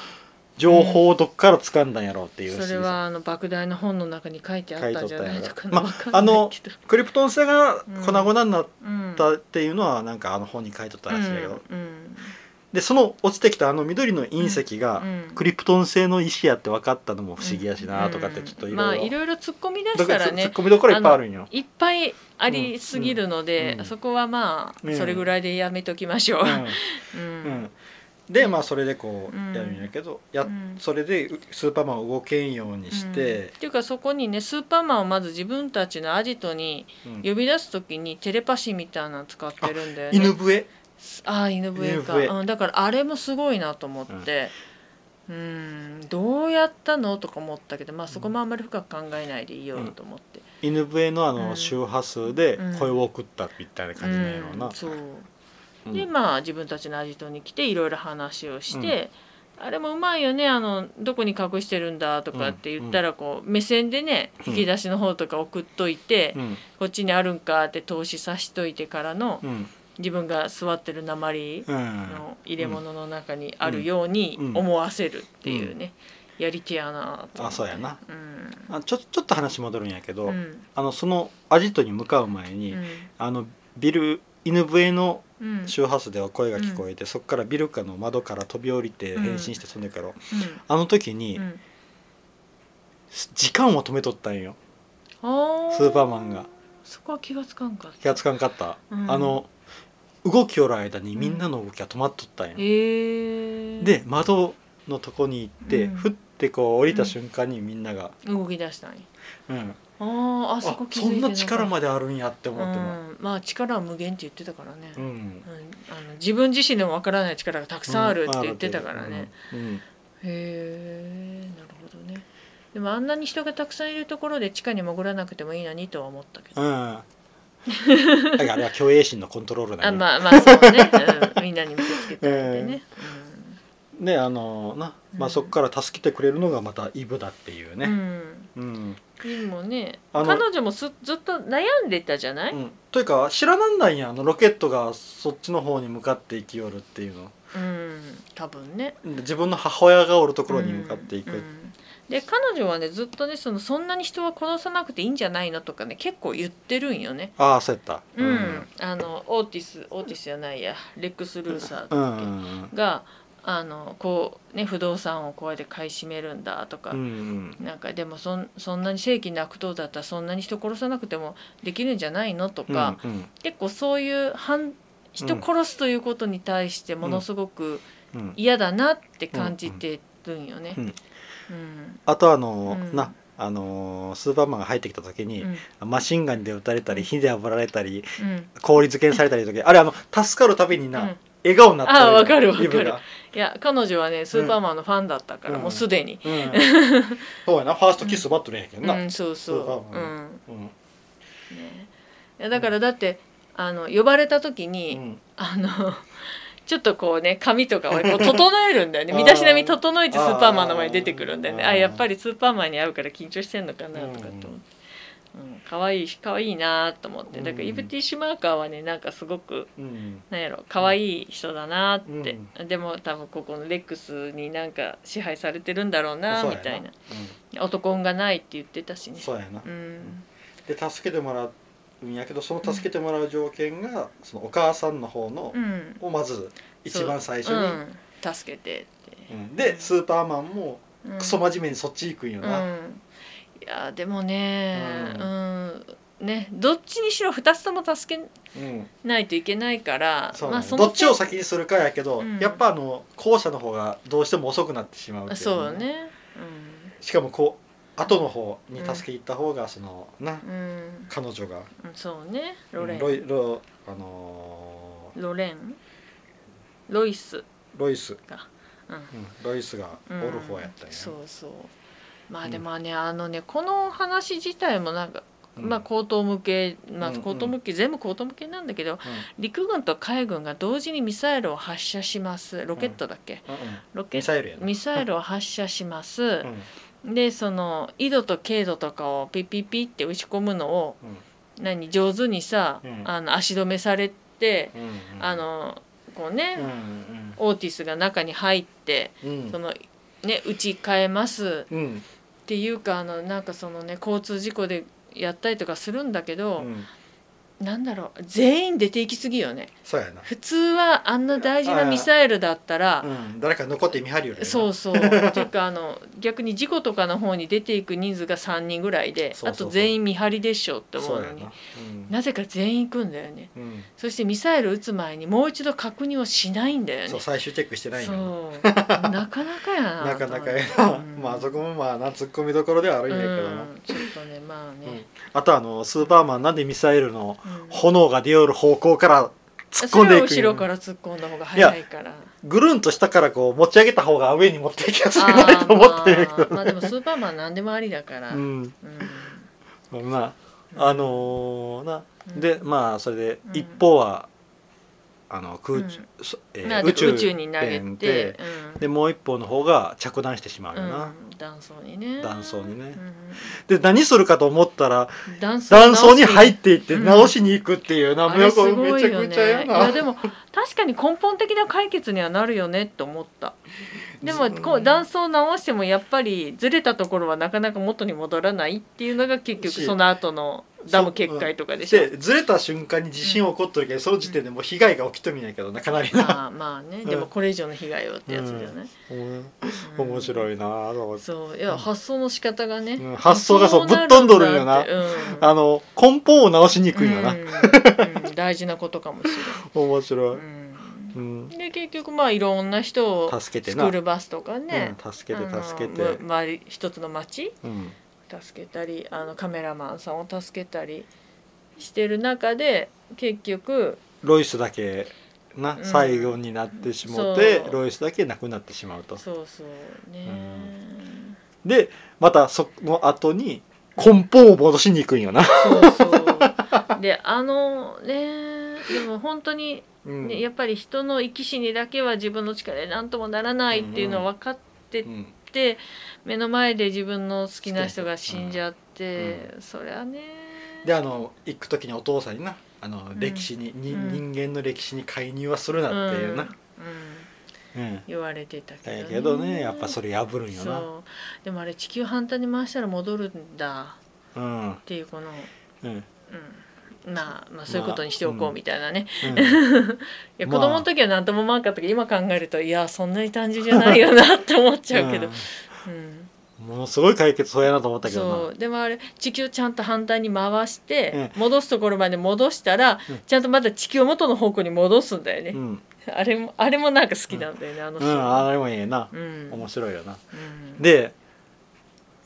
A: 情報をどっから掴んだんやろうっていう、
B: それはあの莫大な本の中に書いてあったんじゃないのかな。
A: 書
B: わ
A: いとったんやろ
B: かんないけど
A: クリプトン星が粉々になっ
B: うん
A: たっていうのはなんかあの本に書いとったらしいんだけど、
B: うん
A: でその落ちてきたあの緑の隕石が
B: うん
A: クリプトン製の石やって分かったのも不思議やしなとかってちょっとい
B: ま
A: ろ
B: あ
A: い
B: い
A: ろ
B: ろいろ突っ込み出
A: だ
B: し
A: か
B: た
A: ら
B: ら
A: ツッ
B: ね、
A: コミどころいっぱいあるんよ。
B: いっぱいありすぎるので、
A: うんうん
B: そこはまあ
A: うん
B: それぐらいでやめときましょう。う
A: うん
B: ん
A: うんでまあそれでこ
B: うん
A: うやるんやけど、や
B: うん
A: それでスーパーマンを動けんようにし、
B: うんってていうかそこにねスーパーマンをまず自分たちのアジトに
A: うん
B: 呼び出す時にテレパシーみたいなの使ってるんだよね。
A: 犬笛
B: ああ犬笛か
A: 犬笛
B: うん、だからあれもすごいなと思って、うん、どうやったのとか思ったけど、まあ、そこもあんまり深く考えないでいいようと思って、
A: 犬笛のあの
B: うん
A: 周波数で声を送ったみたいな
B: うん
A: 感じなんやろうな、
B: そう
A: うん
B: でまあ自分たちのアジトに来ていろいろ話をして、あれもうまいよねあのどこに隠してるんだとかって言ったらこう目線でね
A: うん
B: 引き出しの方とか送っといて、
A: うん
B: こっちにあるんかって投資さしといてからの
A: うん
B: 自分が座ってる鉛
A: うん
B: の入れ物の中にあるように思わせるっていうね、やり手やなと
A: あそうやな
B: うん
A: あちょちょっと話戻るんやけど、
B: うん
A: あのそのアジトに向かう前に、あのビル犬笛の
B: うん
A: 周波数では声が聞こえて、そこからビルカの窓から飛び降りて
B: うん
A: 変身して飛んでから、
B: うん
A: あの時に、
B: うん
A: 時間を止めとったんよ
B: あ
A: スーパーマンが
B: そこは気がつかんかった
A: 気がつかんかった、
B: うん
A: あの動きおる間にみんなの動きが止まっとったんよ、
B: えー、
A: で窓のとこに行って、
B: うん
A: ふっってこう降りた瞬間にみんなが、
B: 動き出したんや
A: うん
B: あーあそ
A: あ
B: こ気づい
A: そ
B: て
A: んな力
B: で
A: まであるんやって思っても、
B: うん、まあ力は無限って言ってたからね、
A: うん
B: うんあの自分自身でもわからない力がたくさんあるって言ってたからね、、
A: うんうん
B: へえなるほどねでもあんなに人がたくさんいるところで地下に潜らなくてもいいのにとは思ったけど、
A: うん。だからあれは虚栄心のコントロールだ
B: あ
A: ね。
B: まあまあそうね、うんみんなに見せつけてあげてね、
A: ねあのな、ま
B: う
A: あ
B: ん
A: そこから助けてくれるのがまたイブだっていう
B: うん
A: ね。
B: うん
A: うん。
B: でもね
A: あの
B: 彼女もすずっと悩んでたじゃない、
A: うんというか知らなんだんやあのロケットがそっちの方に向かっていきよるっていうの。
B: うん、多分ね
A: 自分の母親がおるところに向かってい
B: うんう
A: く。
B: んで彼女はねずっとねそのそんなに人は殺さなくていいんじゃないのとかね結構言ってるんよね
A: ああそうやった。
B: うん、あのオーティスオーティスじゃないやレックス・ルーサーだっけ
A: うん。うん。
B: があのこうね不動産をこうやって買い占めるんだとか、
A: うん。
B: なんかでもそんそんなに正規な悪党だったらそんなに人殺さなくてもできるんじゃないのとか、
A: うん
B: 結構そういう反人殺すということに対してものすごく
A: うんうん
B: 嫌だなって感じてるんよね。
A: う
B: うんん
A: あとあの、
B: うん
A: なあのスーパーマンが入ってきた時に、
B: うん
A: マシンガンで撃たれたり火で炙られたり
B: うん
A: 氷漬けにされたりとかあれあの助かるたびにな、
B: うん
A: 笑顔になって
B: あわかるわかる
A: イブが
B: いや彼女はねスーパーマンのファンだったから、
A: うん
B: もうすでに、
A: うんそうやなファーストキスバットねやけど
B: う
A: な、
B: ん、そう
A: スーパ
B: そ
A: ー
B: う、う
A: マ
B: ん
A: うん
B: ね、いやだからだってあの呼ばれた時に、
A: うん
B: あのちょっとこうね髪 とかをこう整えるんだよね身だしなみ整えてスーパーマンの前に出てくるんだよね
A: あー
B: あやっぱりスーパーマンに会うから緊張してんのかなとかって思って。うん、かわいいしかわいいなと思ってだから
A: うん
B: イブティッシュマーカーはねなんかすごく
A: うん
B: なんやろかわいい人だなって、でも多分ここのレックスになんか支配されてるんだろうな
A: そう
B: み
A: や
B: たいな
A: う
B: 男運がないって言ってたし
A: ん
B: ね
A: そうやな
B: う、ん
A: で助けてもらうんやけどその助けてもらう条件が、そのお母さんの方の
B: う、ん
A: をまず一番最初に、
B: うん、助けてって、
A: うんでスーパーマンも
B: うん
A: クソ真面目にそっち行くんよな、
B: うん、いやでもね、
A: う
B: うんねどっちにしろ2つとも助け
A: うん
B: ないといけないから
A: そうな
B: まあ
A: の
B: その
A: どっちを先にするかやけど、
B: うん
A: やっぱあの後者の方がどうしても遅くなってしまうってい
B: そうよね
A: しかもこう後の方に助け行った方がその、な
B: うん、うん
A: 彼女が
B: うん、そうねロレン、
A: ロイロあの
B: ロレンロイス、
A: ーロイス、
B: うん
A: うん、ロイスがお
B: うん
A: る方やったんや、
B: そうそうま
A: う
B: あ
A: ん
B: でもね、あのねこの話自体もなんか、
A: うん
B: まあ高等向け、まあ、
A: うんうん
B: 高等向け、全部高等向けなんだけど陸軍と海軍が同時にミサイルを発射しますロケットだっけ、
A: うんうんうん
B: ロケ
A: ミ
B: ット
A: サイルやな、
B: ミサイルを発射します
A: う、ん
B: でその緯度と経度とかをピッピッピッって打ち込むのを
A: うん
B: 何上手にさ、
A: うん
B: あの足止めされて、
A: うんうん、
B: あのこうね、
A: うん
B: オーティスが中に入って
A: うんうん
B: そのね打ち替えます
A: うん
B: っていうかあのなんかそのね交通事故でやったりとかするんだけ
A: う
B: ど、
A: ん、
B: なんだろう全員出ていきすぎよね
A: そうやな、
B: 普通はあんな大事なミサイルだったら、
A: うん、誰か残って見張るよりな
B: そうそうっていうかあの逆に事故とかの方に出ていく人数が3人ぐらいで
A: そうそうそう
B: あと全員見張りでしょって思
A: そうう
B: の
A: や
B: に
A: な
B: な、
A: うん
B: ぜか全員行くんだよね
A: うん
B: そしてミサイル撃つ前にもう一度確認をしないんだよね
A: そう最終チェックしてないん
B: そ
A: よな
B: うなかなかや な
A: なかなかや
B: と
A: な、
B: 思ってうん
A: まああそこもまあなツッコミどころではあ
B: う
A: るん
B: ん
A: やけどな、
B: ちょっとねまあ
A: うん
B: ね、
A: あとあのスーパーマンなんでミサイルの
B: うん
A: 炎が出よる方向から突っ込んでいく
B: それは後ろ
A: ん
B: か
A: よ
B: ら突っ込んだ方が早いから
A: ぐるんと下からこう持ち上げた方が上に持っていきやすくない
B: あ
A: と思ってるんやけ
B: ーまあまあでもスーパーマン何でもありだから、
A: どう
B: うん
A: んまああのーな
B: うん
A: でまあそれで
B: うん
A: 一方は、あの空中、そえー
B: まあ
A: 宇
B: 宇宙
A: 宙
B: 宇宙に投げ
A: 圏
B: て
A: で、でもう一方の方が着弾してしまう
B: う
A: よ
B: ん
A: な、
B: うん、断層にね
A: 断層にね
B: う
A: で何するかと思ったら
B: ん断層
A: 断層に入
B: っ
A: っていって
B: うん
A: 直しに行くっていうな、
B: あ
A: も
B: れ
A: う
B: す
A: これ
B: ご
A: め
B: い
A: ちゃ
B: よ
A: く
B: ねい
A: ちゃ嫌な。
B: やでも確かに根本的な解決にはなるよねって思ったでもこう断層直してもやっぱりずれたところはなかなか元に戻らないっていうのが結局
A: し
B: その後のダム決壊とかでしょ
A: でずれた瞬間に地震起こっとるけど、その時点でもう被害が起きとみないけどなかなりな、
B: まあまあね、
A: うん
B: でもこれ以上の被害をってやつだよね、
A: うん 面白
B: い
A: いなぁと思って
B: そういや発想の仕方がね、
A: うん発想がそう
B: な
A: ぶっ飛んどるんよな
B: だってうん
A: あの根本を直しに行くんよな、
B: うんうん大事なことかもし
A: 面白
B: れ
A: い
B: ない、うん
A: うん、
B: で結局まあいろんな人を
A: 助けて
B: スク
A: な
B: ールバスとかね、
A: うん、助け
B: あ
A: て
B: の
A: 助け
B: ま
A: て、
B: 周り一つの町
A: うん、
B: 助けたりあのカメラマンさんを助けたりしてる中で結局
A: ロイスだけな、
B: うん
A: 最後になってしもて
B: そう
A: ロイスだけなくなってしまうと
B: そうそうね、
A: でまたその後に根本を戻しに行くんよな、
B: そうそうであのねでも本当に、
A: うん
B: ね、やっぱり人の生き死にだけは自分の力で何ともならないっていうのは分かって
A: うん
B: て、目の前で自分の好きな人が死んじゃって、そりゃね
A: であの行く時にお父さんになあの
B: ん
A: 歴史に,に、
B: うん
A: 人間の歴史に介入はするなっていうな、
B: うんうん
A: うん
B: 言われてたけど
A: だけどねやっぱそれ破るんよな
B: そうでもあれ地球反対に回したら戻るんだ
A: う、ん
B: っていうこの、
A: うんうん
B: うん、まあまあそういうことにしておこうみたいなね、いや
A: まあ
B: 子供の時は何とも思わんかったけど今考えるといやそんなに単純じゃないよなって思っちゃうけど、うん
A: ものすごい解決そうやなと思ったけど
B: そうでもあれ地球ちゃんと反対に回して、
A: う
B: 戻すところまで戻したら、
A: うん
B: ちゃんとまた地球を元の方向に戻すんだよね
A: な、う、ん
B: あれもあれもなんか好きなんだよね、あの
A: う
B: シ
A: ん、
B: ーン
A: あれもええな、
B: うん
A: 面白いよな
B: うん
A: で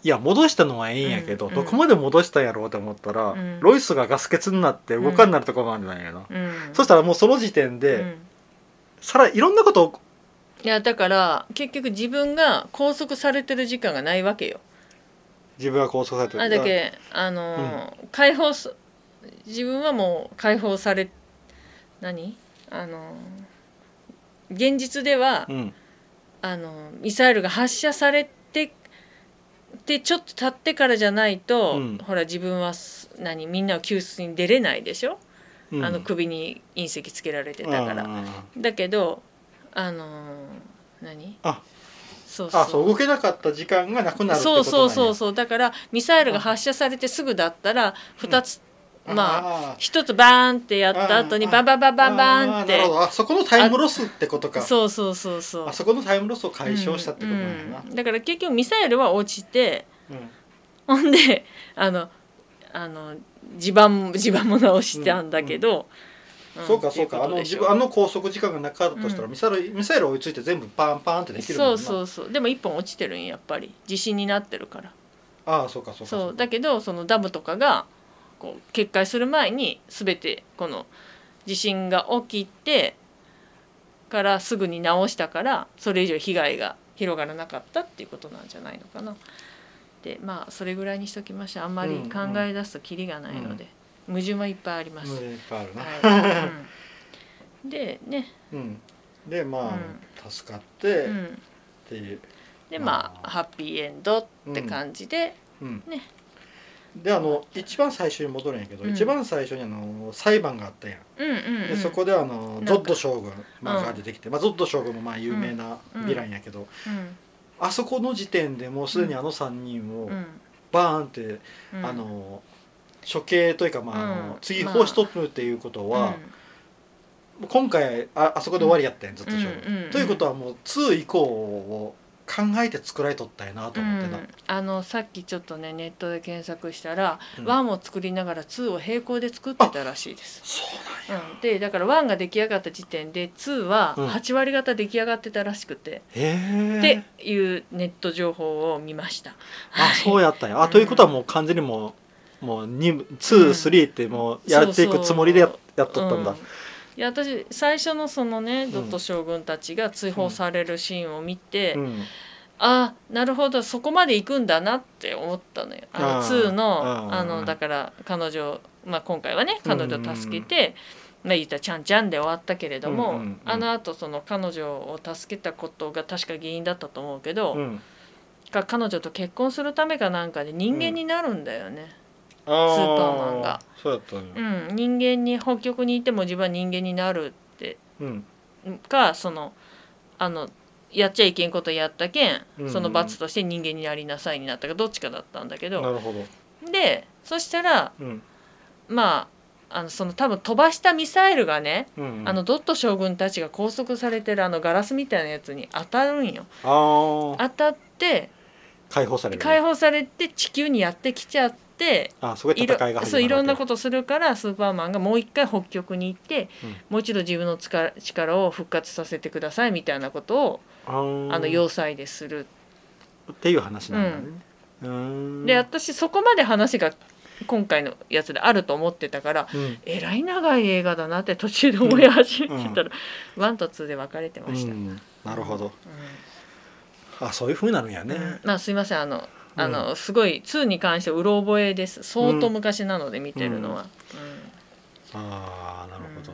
A: いや戻したのはええんやけど、
B: うん
A: どこまで戻したんやろうと思ったら、
B: うん
A: ロイスがガス欠になって動かんなるところまでなんやな、
B: うん
A: そしたらもうその時点で、
B: うん
A: さらいろんなことを
B: いやだから結局自分が拘束されてる時間がないわけよ。
A: 自分が拘束されて
B: あだけあのー、解放す自分はもう解放され何あのー現実では、
A: うん
B: あのーミサイルが発射されてでちょっと経ってからじゃないと、
A: うん
B: ほら自分はす何みんなを救出に出れないでしょ、
A: うん
B: あの首に隕石つけられてたから。
A: うん
B: だけどあのー何
A: あ
B: そうそう
A: あそう動けなかった時間がなくなるってこと
B: そうそうそう
A: そ
B: そうだからミサイルが発射されてすぐだったら2つ、まあ
A: あ
B: 1つバーンってやった後に
A: あー
B: バンバンバンバンバンっ
A: あーな
B: て
A: るほどあそこのタイムロスってことか
B: そうそうそうそう
A: あそこのタイムロスを解消したってことなんやな
B: うんうんだから結局ミサイルは落ちて
A: うん
B: ほんであのあの地盤地盤も直したんだけど、ん
A: そうかそう
B: っ
A: か
B: て
A: あの
B: いことでし
A: 自
B: ょ
A: 分あの拘束時間がなかったとしたら、
B: うん
A: ミサイルミサイル追いついて全部パンパンってできるもん
B: そ
A: な
B: うそうそうでも1本落ちてるんやっぱり地震になってるから
A: ああそうかそうか
B: そうだ
A: け
B: けどそのダムとかがこう決壊する前に全てこの地震が起きてからすぐに直したからそれ以上被害が広がらなかったっていうことなんじゃないのかな。でまあそれぐらいにしときましょうあんまり考え出すとキリがないので、矛盾はいっぱいあります。
A: いっぱいあるな、
B: はいうんでね、
A: うんでまあ、
B: う
A: 助かって
B: う
A: っ
B: ん、
A: ていう、
B: でま
A: あ
B: あ
A: ー
B: ハッピーエンドって感じで、
A: うん
B: ね
A: であの一番最初に戻るんやけど、
B: うん
A: 一番最初にあの裁判があったやん
B: うん、うんうん
A: でそこであの
B: なんか
A: ゾッド将軍まあが出てきて、まあ、ゾッド将軍もまあ有名な
B: うん
A: ヴィランやけど、
B: うん
A: あそこの時点でもうすでにあの3人を
B: うん
A: バーンって、
B: うん
A: あの処刑というか、まああの
B: うん
A: 追放しとくっていうことは、
B: うん
A: もう今回ああそこで終わりやったやんゾッド将軍。
B: うんうんうん
A: ということはもう2以降を考えて作られとったんやなと思ってな
B: うん、あのさっきちょっとねネットで検索したら、
A: うん
B: 1を作りながら2を並行で作ってたらしいです。
A: そう
B: うん、でだから1が出来上がった時点で2は
A: うん
B: 8割方出来上がってたらしくて、
A: なんやへえ
B: っていうネット情報を見ました。
A: あそうやったんやあ、
B: うん
A: ということはもう完全にもうもう23ってもうやっていくつもりでや
B: そう
A: やっとったんだ
B: うんいや私最初のそのね
A: ん
B: ドット将軍たちが追放されるシーンを見て、
A: うん
B: あなるほどそこまで行くんだなって思ったのよあの
A: あー
B: 2
A: あ
B: の
A: ー
B: あのだから彼女、まあ、今回はね彼女を助けて、まあ、言ったらちゃんちゃんで終わったけれども、
A: うんうんうん
B: あのあとその彼女を助けたことが確か原因だったと思うけど、
A: うん
B: が彼女と結婚するためかなんかで人間になるんだよね、
A: あー
B: スーパーマンが
A: そうやったん
B: う
A: や
B: ん人間に北極にいても自分は人間になるって
A: うん
B: かそのあのやっちゃいけんことやったけん、
A: うんうん
B: その罰として人間になりなさいになったかどっちかだったんだけど
A: なるほど
B: でそしたら
A: うん
B: まああのその多分飛ばしたミサイルがね、
A: うんうん
B: あのドット将軍たちが拘束されてるあのガラスみたいなやつに当たるんよ
A: あー
B: 当たって
A: 解放される
B: 解放されて地球にやってきちゃっって
A: あそこで
B: いろ
A: 戦いが始まる
B: そういろんなこととするからスーパーマンがもう一回北極に行って、
A: うん
B: もう一度自分のつか力を復活させてくださいみたいなことを、
A: あー
B: あの要塞でする、
A: っていう話なんだね、うーん、
B: で私そこまで話が今回のやつであると思ってたから
A: うん
B: えらい長い映画だなって途中で思い始め
A: うん
B: たら、ワン1と2で分かれてました、
A: う
B: うん
A: んなるほど
B: う
A: あそういう風なのや
B: ん
A: ね、
B: まあすいませんあのあの、すごい2に関してはうろ覚えです相当昔なので見てるのは、
A: ああな
B: うん
A: るほど、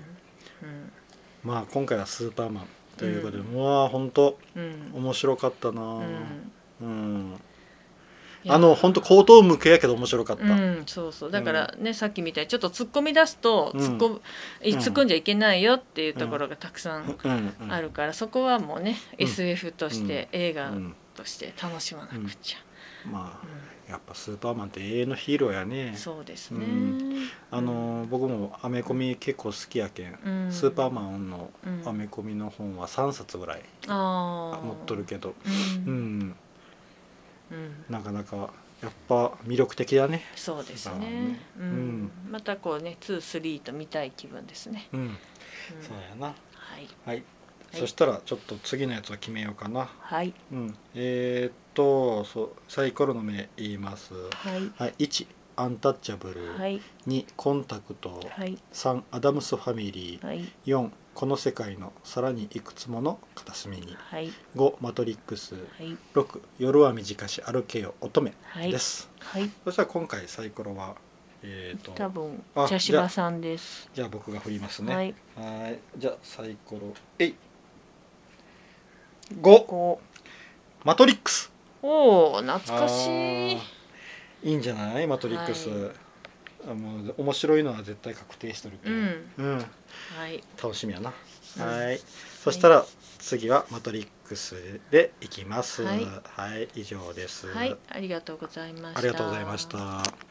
B: うん
A: まあ今回はスーパーマンということで、まあ本当
B: うん
A: 面白かったな
B: う
A: ぁ
B: ん
A: うん、
B: いや
A: あの本当後頭向けやけど面白かった、
B: うん、そうそうだからね、さっきみたいにちょっと突っ込み出すと
A: うん
B: 突っ込む、い突っ込んじゃいけないよっていうところがたくさん
A: うんうん
B: あるから、そこはもうね、
A: うん
B: SF として、映
A: う
B: 画
A: ん、
B: として楽しまなくちゃ、
A: ま
B: うん
A: あやっぱスーパーマンって永遠のヒーローやね
B: そうですね、
A: うんあのー僕もアメコミ結構好きやけん、
B: うん
A: スーパーマンの
B: うん
A: アメコミの本は3冊ぐらい
B: あー
A: 持っとるけど
B: う、
A: うんん、
B: うんうん
A: なかなかやっぱ魅力的だね
B: そうです
A: そうだ
B: ね
A: ね、
B: うんまたこうね23と見たい気分ですね、
A: うん、
B: うん
A: そうやな
B: はい
A: はい、そしたらちょっと次のやつを決めようかな
B: はい
A: うんえー、っとそうサイコロの目言います
B: はい
A: はい、1アンタッチャブル、
B: はい
A: 2コンタクト、
B: はい
A: 3アダムスファミリー、
B: はい
A: 4この世界のさらにいくつもの片隅に
B: はい
A: 5マトリックス
B: はい
A: 6夜は短し歩けよ乙女
B: はい
A: です、
B: はい
A: そしたら今回サイコロはえー、
B: 多
A: と
B: 分
A: あ
B: 茶芝さんです、
A: じゃあ僕が振りますね
B: はい
A: はーいじゃあサイコロえい5
B: こ
A: マトリックス
B: うおお懐かしい
A: あーいいんじゃないマトリックス、
B: は
A: あもう面白いのは絶対確定しとるけ
B: う
A: ど、
B: ん
A: うん、
B: はい
A: 楽しみやな、
B: うん
A: はいそしたら次は「マトリックス」でいきます
B: は
A: はいい、以上です、
B: はいありがとうございました
A: ありがとうございました